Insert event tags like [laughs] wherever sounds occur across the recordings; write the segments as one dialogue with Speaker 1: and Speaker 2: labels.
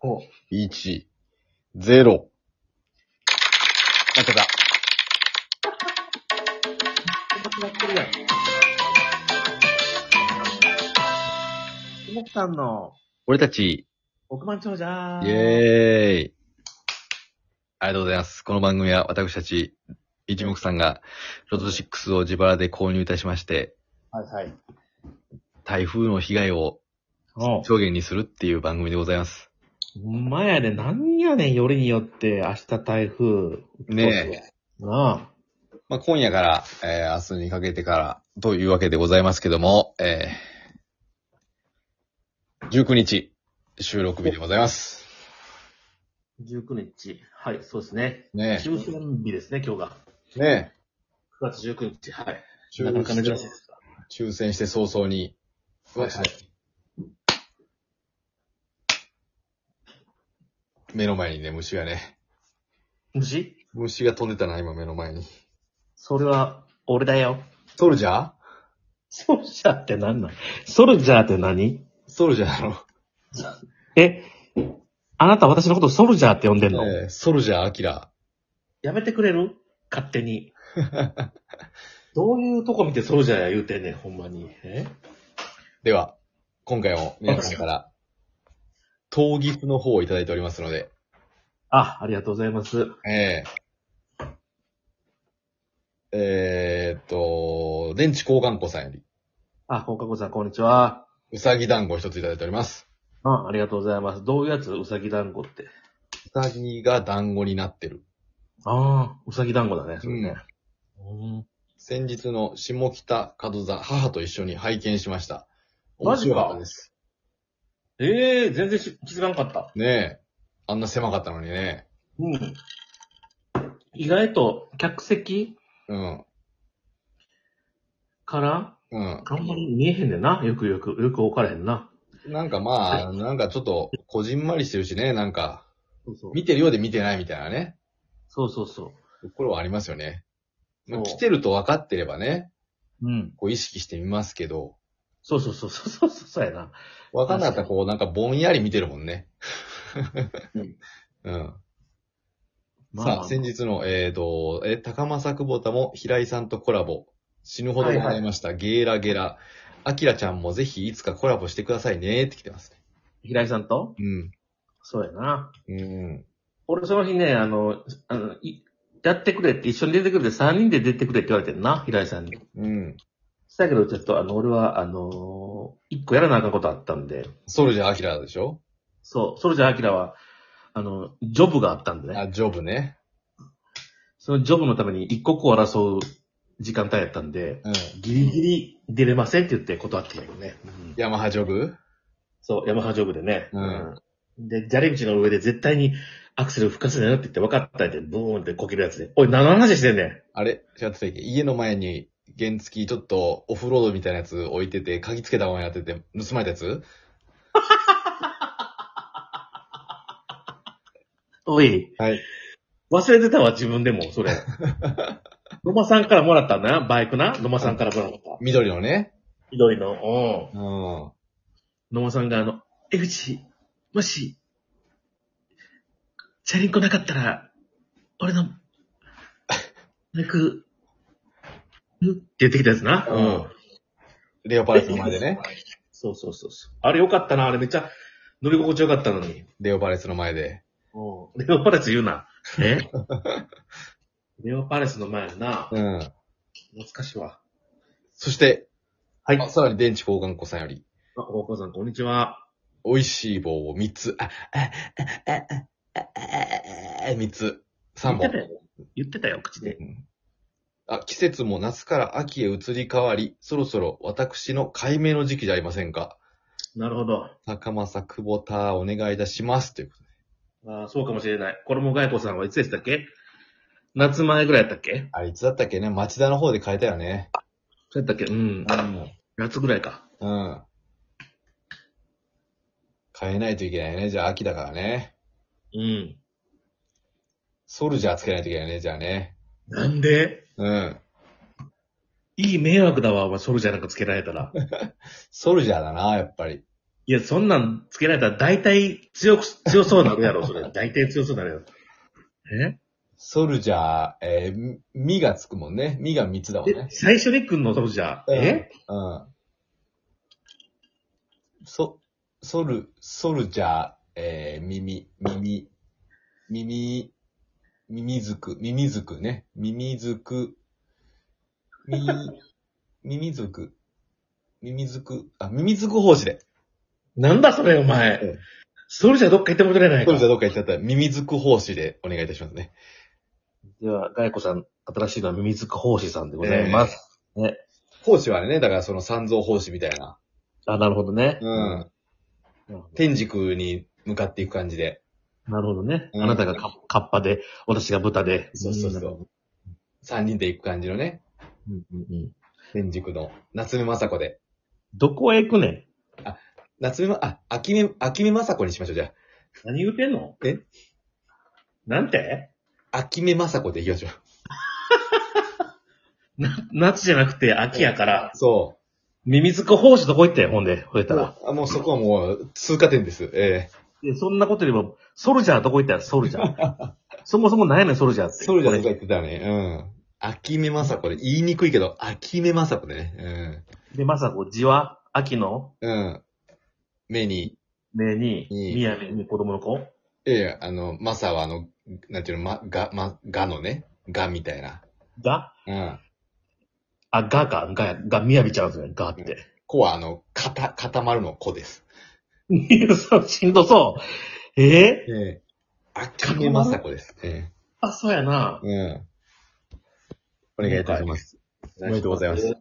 Speaker 1: お
Speaker 2: 1、0。当てた。
Speaker 1: やってるやん。もくさんの
Speaker 2: 俺たち、
Speaker 1: 億万長者
Speaker 2: イェーイ。ありがとうございます。この番組は私たち、一目さんが、ロト6を自腹で購入いたしまして、
Speaker 1: はいはい。
Speaker 2: 台風の被害を
Speaker 1: おう。
Speaker 2: 表現にするっていう番組でございます。
Speaker 1: ほんまやで、なんやねん、よりによって、明日台風。
Speaker 2: ね
Speaker 1: え。な
Speaker 2: まあ、今夜から、えー明日にかけてから、というわけでございますけども、えー19日、収録日でございます。
Speaker 1: あ。19日。はい、そうですね。
Speaker 2: ね
Speaker 1: 抽選日ですね、今日が。
Speaker 2: え、ね
Speaker 1: 9月19日。はい。
Speaker 2: え、
Speaker 1: なかなか珍しいですが。
Speaker 2: 抽選して早々に。
Speaker 1: はいはい
Speaker 2: 目の前にね、虫がね。
Speaker 1: 虫
Speaker 2: 虫が飛んでたな、今目の前に。
Speaker 1: それは、俺だよ。
Speaker 2: ソルジャー
Speaker 1: ソルジャーって何なんソルジャーって何
Speaker 2: ソルジャーだ
Speaker 1: え、あなた私のことソルジャーって呼んでんの、
Speaker 2: ろ。 [laughs] ええソルジャーアキラ。
Speaker 1: やめてくれる勝手 [laughs] に。どういうとこ見てソルジャーや言うてんねん、ほんまに。え
Speaker 2: では、今回も皆さんから、闘技譜の方をいただいておりますので、
Speaker 1: あ、ありがとうございます。
Speaker 2: えええーっと、電池交換庫さんより、
Speaker 1: あ、放課後さん、こんにちは。
Speaker 2: うさぎ団子一ついただいております。
Speaker 1: あ、ありがとうございます。どういうやつうさぎ団子って。
Speaker 2: うさぎが団子になってる。
Speaker 1: ああ、うさぎ団子だね、それね。うん
Speaker 2: 先日の下北門座母と一緒に拝見しました。
Speaker 1: マ
Speaker 2: 面
Speaker 1: ジか
Speaker 2: 白かったです。
Speaker 1: ええ全然し気づかなかった。
Speaker 2: ねえ。あんな狭かったのにね。
Speaker 1: うん。意外と、客席
Speaker 2: うん。
Speaker 1: から、
Speaker 2: うん。
Speaker 1: あんまり見えへんねんな。よくよく、よく分からへんな。
Speaker 2: なん
Speaker 1: [laughs]
Speaker 2: かまあ、なんかちょっと、こじんまりしてるしね、なんか、
Speaker 1: そうそう。
Speaker 2: 見てるようで見てないみたいなね。
Speaker 1: そうそうそ
Speaker 2: ところはありますよね。まあ、
Speaker 1: そう
Speaker 2: 来てると分かってればね、
Speaker 1: う。うん。
Speaker 2: こう意識してみますけど、
Speaker 1: そうそうそうそうそうそうそうやな。
Speaker 2: 分かんなかったらこう、なんかぼんやり見てるもんね。
Speaker 1: うん
Speaker 2: [laughs] うん。
Speaker 1: まあ
Speaker 2: さあ、先日の、えーと、え、高政久保田も平井さんとコラボ。死ぬほど笑いました。ゲーラゲラ。アキラちゃんもぜひいつかコラボしてくださいねって来てますね。
Speaker 1: 平井さんと
Speaker 2: うん。
Speaker 1: そうやな。
Speaker 2: うん。
Speaker 1: 俺その日ね、あの、あのいやってくれって、一緒に出てくれって、3人で出てくれって言われてんな、平井さんに。
Speaker 2: うん。
Speaker 1: だけど、ちょっと、あの、俺は、あのー一個やらなあかんことあったんで、
Speaker 2: ソルジャーアキラでしょ
Speaker 1: そう、それじゃあ、アキラは、あの、ジョブがあったんでね、
Speaker 2: あ、ジョブね。
Speaker 1: そのジョブのために一刻を争う時間帯やったんで、
Speaker 2: うん。
Speaker 1: ギリギリ出れませんって言って断ってたけどね。うん
Speaker 2: ヤマハジョブ
Speaker 1: そう、ヤマハジョブでね。
Speaker 2: うん
Speaker 1: うんで、砂利口の上で絶対にアクセル吹かせないよって言って分かったって、ブーンってこけるやつで。おい、何の話してんねん。
Speaker 2: あれ違ってたっけ家の前に原付きちょっとオフロードみたいなやつ置いてて、鍵つけたままやってて、盗まれたやつ
Speaker 1: おい、
Speaker 2: はい。
Speaker 1: 忘れてたわ、自分でも、
Speaker 2: [laughs]
Speaker 1: それ。野間さんからもらったんだな、バイクな。野間さんからもらった。
Speaker 2: 緑のね。
Speaker 1: 緑の。
Speaker 2: うん。
Speaker 1: うん。野間さんがあの、江口、もし、チャリンコなかったら、俺の、バイク、んって言ってきたやつな。
Speaker 2: うんレオパレスの前でね。
Speaker 1: そうそうそうそう。あれよかったな、あれめっちゃ乗り心地よかったのに。
Speaker 2: レオパレスの前で。
Speaker 1: レオパレス言うな。
Speaker 2: [laughs]
Speaker 1: えレオパレスの前やな。
Speaker 2: うん。
Speaker 1: 懐かしいわ。
Speaker 2: そして、
Speaker 1: はい
Speaker 2: [laughs] あさらに電池交換庫さんより、
Speaker 1: あ、お母さん、こんにちは。
Speaker 2: 美味しい棒を3つ、あ、あ、あ、あ、あ、あ、3つ、
Speaker 1: 言
Speaker 2: 3
Speaker 1: って
Speaker 2: 本
Speaker 1: た。よ。言ってたよ、口で。
Speaker 2: うんあ、季節も夏から秋へ移り変わり、そろそろ私の解明の時期じゃありませんか
Speaker 1: なるほど。
Speaker 2: 高政久保田お願いいたします。ということで。
Speaker 1: あーそうかもしれない。衣替え子さんはいつでしたっけ夏前ぐらいやったっけ
Speaker 2: あれ、いつだったっけね町田の方で変えたよね。
Speaker 1: そうやったっけうん。
Speaker 2: うん。
Speaker 1: 夏ぐらいか。
Speaker 2: うん。変えないといけないね。じゃあ秋だからね。
Speaker 1: うん。
Speaker 2: ソルジャーつけないといけないね。じゃあね。
Speaker 1: なんで
Speaker 2: うん。
Speaker 1: [laughs] いい迷惑だわ、お前ソルジャーなんかつけられたら。
Speaker 2: ソルジャーだな、やっぱり。
Speaker 1: いや、そんなんつけられたら大体強く、強そうになるや [laughs] ろ、それ。大体強そうになるやろ。
Speaker 2: ソルジャー、えー、みがつくもんね。みが3つだもん
Speaker 1: え
Speaker 2: ね
Speaker 1: で、。最初に来んの、ソルジャー。え
Speaker 2: うん。そ、ソル、ソルジャー、えー、耳、耳、耳、耳づく、耳づくね。耳づく、耳、耳づく、耳づく、あ、耳づく法師で。
Speaker 1: なんだそれ、お
Speaker 2: う
Speaker 1: 前
Speaker 2: ん。
Speaker 1: ソルジャーどっか行ってもらえない
Speaker 2: ソルジャー
Speaker 1: か。
Speaker 2: どっか行っちゃったら、耳づく法師でお願いいたしますね。
Speaker 1: では、ガイコさん、新しいのはミミズク法師さんでございます。
Speaker 2: 法師はね、だからその三蔵法師みたいな。
Speaker 1: あ、なるほどね。
Speaker 2: うん。天竺に向かっていく感じで。
Speaker 1: なるほどね。
Speaker 2: うん
Speaker 1: あなたがカッカッパで、私が豚で。
Speaker 2: そうそうそう。三人で行く感じのね。
Speaker 1: うんうんうん。
Speaker 2: 天竺の夏目雅子で。
Speaker 1: どこへ行くねん
Speaker 2: 夏目ま、あ、秋目、秋目雅子にしましょう、じゃ
Speaker 1: 何言うてんの
Speaker 2: え
Speaker 1: なんて
Speaker 2: あ。秋目雅子で行きましょ
Speaker 1: な、夏じゃなくて秋やから、
Speaker 2: う。そ
Speaker 1: ミミズク法師どこ行ってんほんで、ほれ
Speaker 2: う。
Speaker 1: たら。
Speaker 2: あもうそこはもう通過点です。ええ
Speaker 1: いや、そんなことよりも、ソルジャーどこ行ったらソルジャー。 [laughs] そもそも何やねん、ソルジャーって。
Speaker 2: ソルジャーとか
Speaker 1: こ
Speaker 2: 言ってたね。うん。秋目雅子で、言いにくいけど、秋目雅子でね。
Speaker 1: れで、まさこ、じは、秋の
Speaker 2: うん。うん。目に、
Speaker 1: 目に、
Speaker 2: いい
Speaker 1: みやに子供の子
Speaker 2: ええあの、雅はあの、なんていうの、ま、が、ま、がのね。がみたいな。
Speaker 1: が、
Speaker 2: うん。
Speaker 1: あ、がか、がや、が、みやびちゃうんですよね、がって。
Speaker 2: 子はあの、かた、固まるの子です。
Speaker 1: いや、そう、しんどそう。ええ
Speaker 2: ええ秋目雅子です。ええ
Speaker 1: あ、そうやな。
Speaker 2: うん。お願いいたします。お
Speaker 1: おめでとうございます。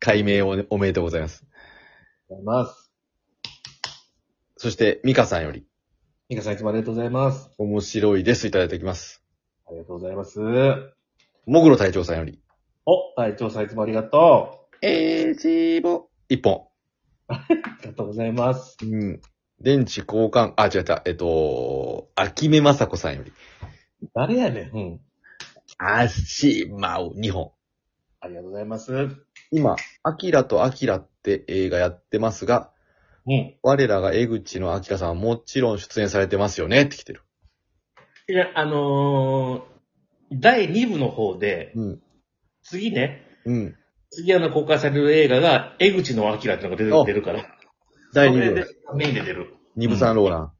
Speaker 2: 解明をおめでとうございます。
Speaker 1: ありがとうございます。
Speaker 2: そして、ミカさんより、
Speaker 1: ミカさんいつもありがとうございます。
Speaker 2: 面白いです。いただいておきます。
Speaker 1: ありがとうございます。
Speaker 2: もぐろ隊長さんより、
Speaker 1: お、隊長さんいつもありがと
Speaker 2: えー、しーぼ、一本。
Speaker 1: う。ありがとうございます。
Speaker 2: うん。電池交換、あ、違った、えっと、秋目雅子さんより、
Speaker 1: 誰やねん。うん。
Speaker 2: あしまう、二本。
Speaker 1: ありがとうございます。うん。
Speaker 2: 今、アキラとアキラって映画やってますが、
Speaker 1: い
Speaker 2: 我らが江口のアキラさんはもちろん出演されてますよねって来てる。
Speaker 1: や、あのー、第2部の方で、
Speaker 2: うん。
Speaker 1: 次ね、
Speaker 2: うん。
Speaker 1: 次あの公開される映画が、江口の明っていうのが出
Speaker 2: お
Speaker 1: て出るから。
Speaker 2: 第
Speaker 1: そ
Speaker 2: 2
Speaker 1: れ
Speaker 2: 部
Speaker 1: で、メインで出る。
Speaker 2: 二部さんローラン。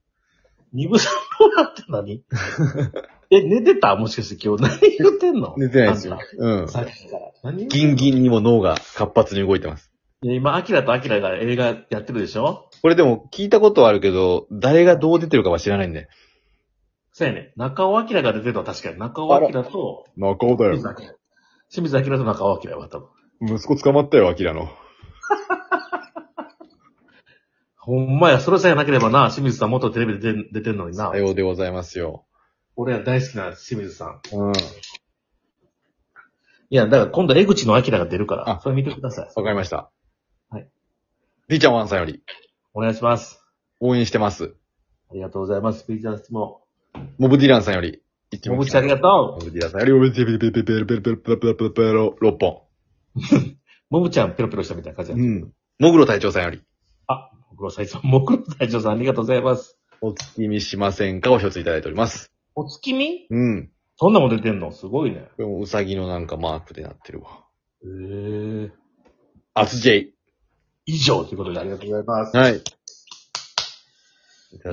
Speaker 1: 二部さんどうなって何 [laughs] え、寝てたもしかして今日何言ってんの
Speaker 2: 寝てないですよ。。う
Speaker 1: あ
Speaker 2: ん
Speaker 1: んた。さっきから。何
Speaker 2: ギンギンにも脳が活発に動いてます。
Speaker 1: いや今、アキラとアキラが映画やってるでしょ
Speaker 2: これでも聞いたことはあるけど、誰がどう出てるかは知らないんで。
Speaker 1: そうやね。中尾アキラが出てるのは確かに。中尾アキラと、
Speaker 2: 中尾だ
Speaker 1: 清水アキラ。清水アキラと中尾アキラは多分。
Speaker 2: 息子捕まったよ、アキラの。
Speaker 1: ほんまや、それさえなければな、清水さん元テレビで出て出てんのにな
Speaker 2: さ。ようでございますよ。
Speaker 1: 俺ら大好きな清水さん。
Speaker 2: うん。わ
Speaker 1: いや、だから今度江口のアキラが出るから、
Speaker 2: あ
Speaker 1: それ見てください。
Speaker 2: かりました。
Speaker 1: はい。
Speaker 2: りーちゃんワンさんより、
Speaker 1: お願いします。
Speaker 2: 応援してます。
Speaker 1: ありがとうございます。ピーチャー質問。
Speaker 2: モブディランさんより、一
Speaker 1: もぶちありがと
Speaker 2: モ
Speaker 1: う。
Speaker 2: ブディランさんより、モブディランペペペペペペペペペペペロ、6本。
Speaker 1: もぶちゃんペロペロしたみたいな感じだ。
Speaker 2: ん。モグロ隊長さんより、
Speaker 1: あ、もぐろさんいつも、もぐろ隊長さんありがとうございます。
Speaker 2: お月見しませんかを一ついただいております。
Speaker 1: お月見
Speaker 2: うん。
Speaker 1: そんなもん出てんのすごいね。
Speaker 2: これもうさぎのなんかマークでなってるわ。
Speaker 1: へえ。
Speaker 2: アスジェイ。
Speaker 1: 以上ということでありがとうございます。
Speaker 2: はい。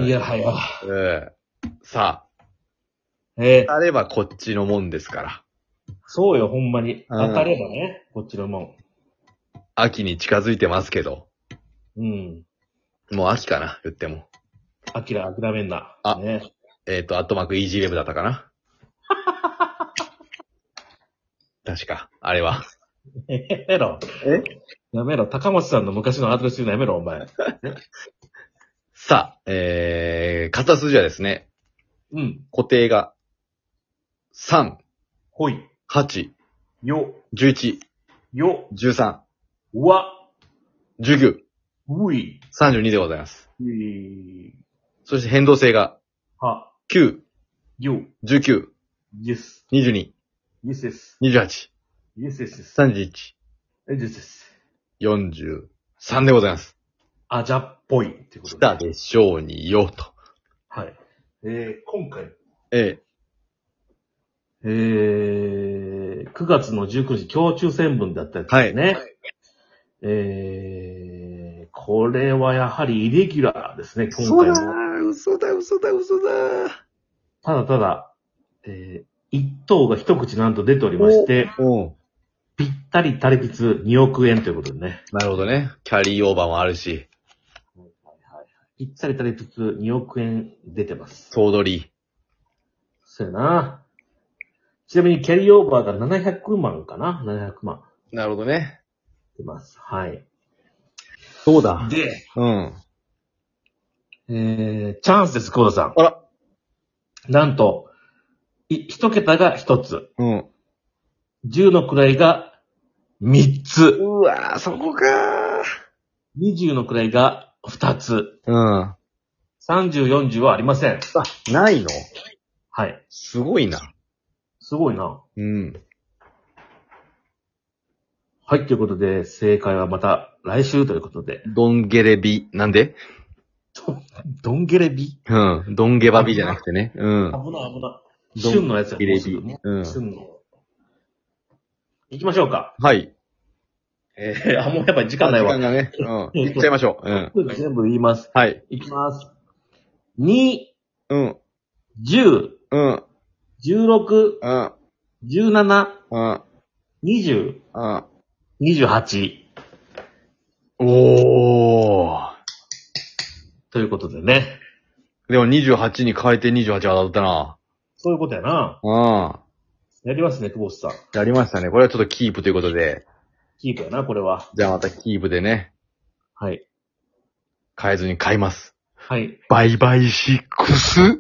Speaker 1: いや、はや。
Speaker 2: ええさ
Speaker 1: ええ
Speaker 2: あ、あればこっちのもんですから。
Speaker 1: そうよ、ほんまに。当たればね、こっちのも
Speaker 2: 秋に近づいてますけど。
Speaker 1: ん。うん。
Speaker 2: もう秋かな、言っても。
Speaker 1: アキラ諦めんな。
Speaker 2: あ
Speaker 1: ね。
Speaker 2: えっ、と、アットマーク e ージーレブだったか
Speaker 1: [laughs]
Speaker 2: な。確か、あれは。
Speaker 1: やめろ。
Speaker 2: え
Speaker 1: やめろ。高松さんの昔のアドレス言うのやめろ、お前。
Speaker 2: さあ、えー、片筋はですね、
Speaker 1: うん。
Speaker 2: 固定が、3、
Speaker 1: ほい。
Speaker 2: 8、
Speaker 1: よ、
Speaker 2: 11、
Speaker 1: よ、
Speaker 2: 13、
Speaker 1: わ、
Speaker 2: 19、
Speaker 1: うい、
Speaker 2: 32でございます。
Speaker 1: うい、
Speaker 2: そして変動性が、
Speaker 1: は、
Speaker 2: 9、
Speaker 1: よ、
Speaker 2: 19、
Speaker 1: yes,
Speaker 2: 22、
Speaker 1: yes, yes,
Speaker 2: 28、
Speaker 1: yes, yes, yes,
Speaker 2: 31、
Speaker 1: yes, yes.
Speaker 2: 43でございます。
Speaker 1: あ、じゃ、ぽいってことで。
Speaker 2: 来たでしょうによ、と。
Speaker 1: はい。えー、今回、
Speaker 2: え
Speaker 1: えー、9月の19日、共中戦分だったやつですね。えー、これはやはりイレギュラーですね、
Speaker 2: え。
Speaker 1: 今回も。
Speaker 2: ー、嘘だ、嘘だ、嘘だ。
Speaker 1: ただただ、えー、一等が一口なんと出ておりまして、
Speaker 2: うん。
Speaker 1: ぴったりタレピツ2億円ということでね。
Speaker 2: なるほどね。キャリーオーバーもあるし、
Speaker 1: ぴったりタレピツ2億円出てます。
Speaker 2: 総取り。
Speaker 1: そうやな。ちなみにキャリーオーバーが700万かな ?700 万
Speaker 2: なるほどね。
Speaker 1: 出ます。はい。
Speaker 2: そうだ。
Speaker 1: で、
Speaker 2: うん。
Speaker 1: えー、チャンスです、コードさん。
Speaker 2: あら。
Speaker 1: なんと、い一桁が一つ、
Speaker 2: うん。
Speaker 1: 十の位が三つ、
Speaker 2: うわー、そこか
Speaker 1: 二十の位が二つ、
Speaker 2: うん。
Speaker 1: 三十、四十はありません。
Speaker 2: あ、ないの
Speaker 1: はい。
Speaker 2: すごいな。
Speaker 1: すごいな。
Speaker 2: うん。
Speaker 1: はい、ということで、正解はまた来週ということで。
Speaker 2: ドンゲレビ。なんで
Speaker 1: どんげれび
Speaker 2: うん。ドンゲバビじゃなくてね。うん。
Speaker 1: 危ない危ない。
Speaker 2: どん
Speaker 1: 旬のやつや
Speaker 2: ゲレ
Speaker 1: もうす
Speaker 2: ビ
Speaker 1: ぐね。
Speaker 2: うん。
Speaker 1: 旬の。行きましょうか。
Speaker 2: はい。
Speaker 1: えー、あ、もうやっぱり時間ない
Speaker 2: 時間
Speaker 1: わ。
Speaker 2: がね。うん。いっちゃいましょう。うん。
Speaker 1: 全部言います。
Speaker 2: はい。
Speaker 1: いきます。2、
Speaker 2: うん。
Speaker 1: 10、
Speaker 2: うん。
Speaker 1: 16、
Speaker 2: うん。
Speaker 1: 17、
Speaker 2: うん。
Speaker 1: 20、
Speaker 2: うん。
Speaker 1: 28
Speaker 2: おー。
Speaker 1: ということでね。
Speaker 2: でも28に変えて28当たったな。
Speaker 1: そういうことやな。
Speaker 2: うん。
Speaker 1: やりますね、久保田さん。
Speaker 2: やりましたね。これはちょっとキープということで。
Speaker 1: キープやな、これは。
Speaker 2: じゃあまたキープでね。
Speaker 1: はい。
Speaker 2: 変えずに買います。
Speaker 1: はい。
Speaker 2: バイバイシックス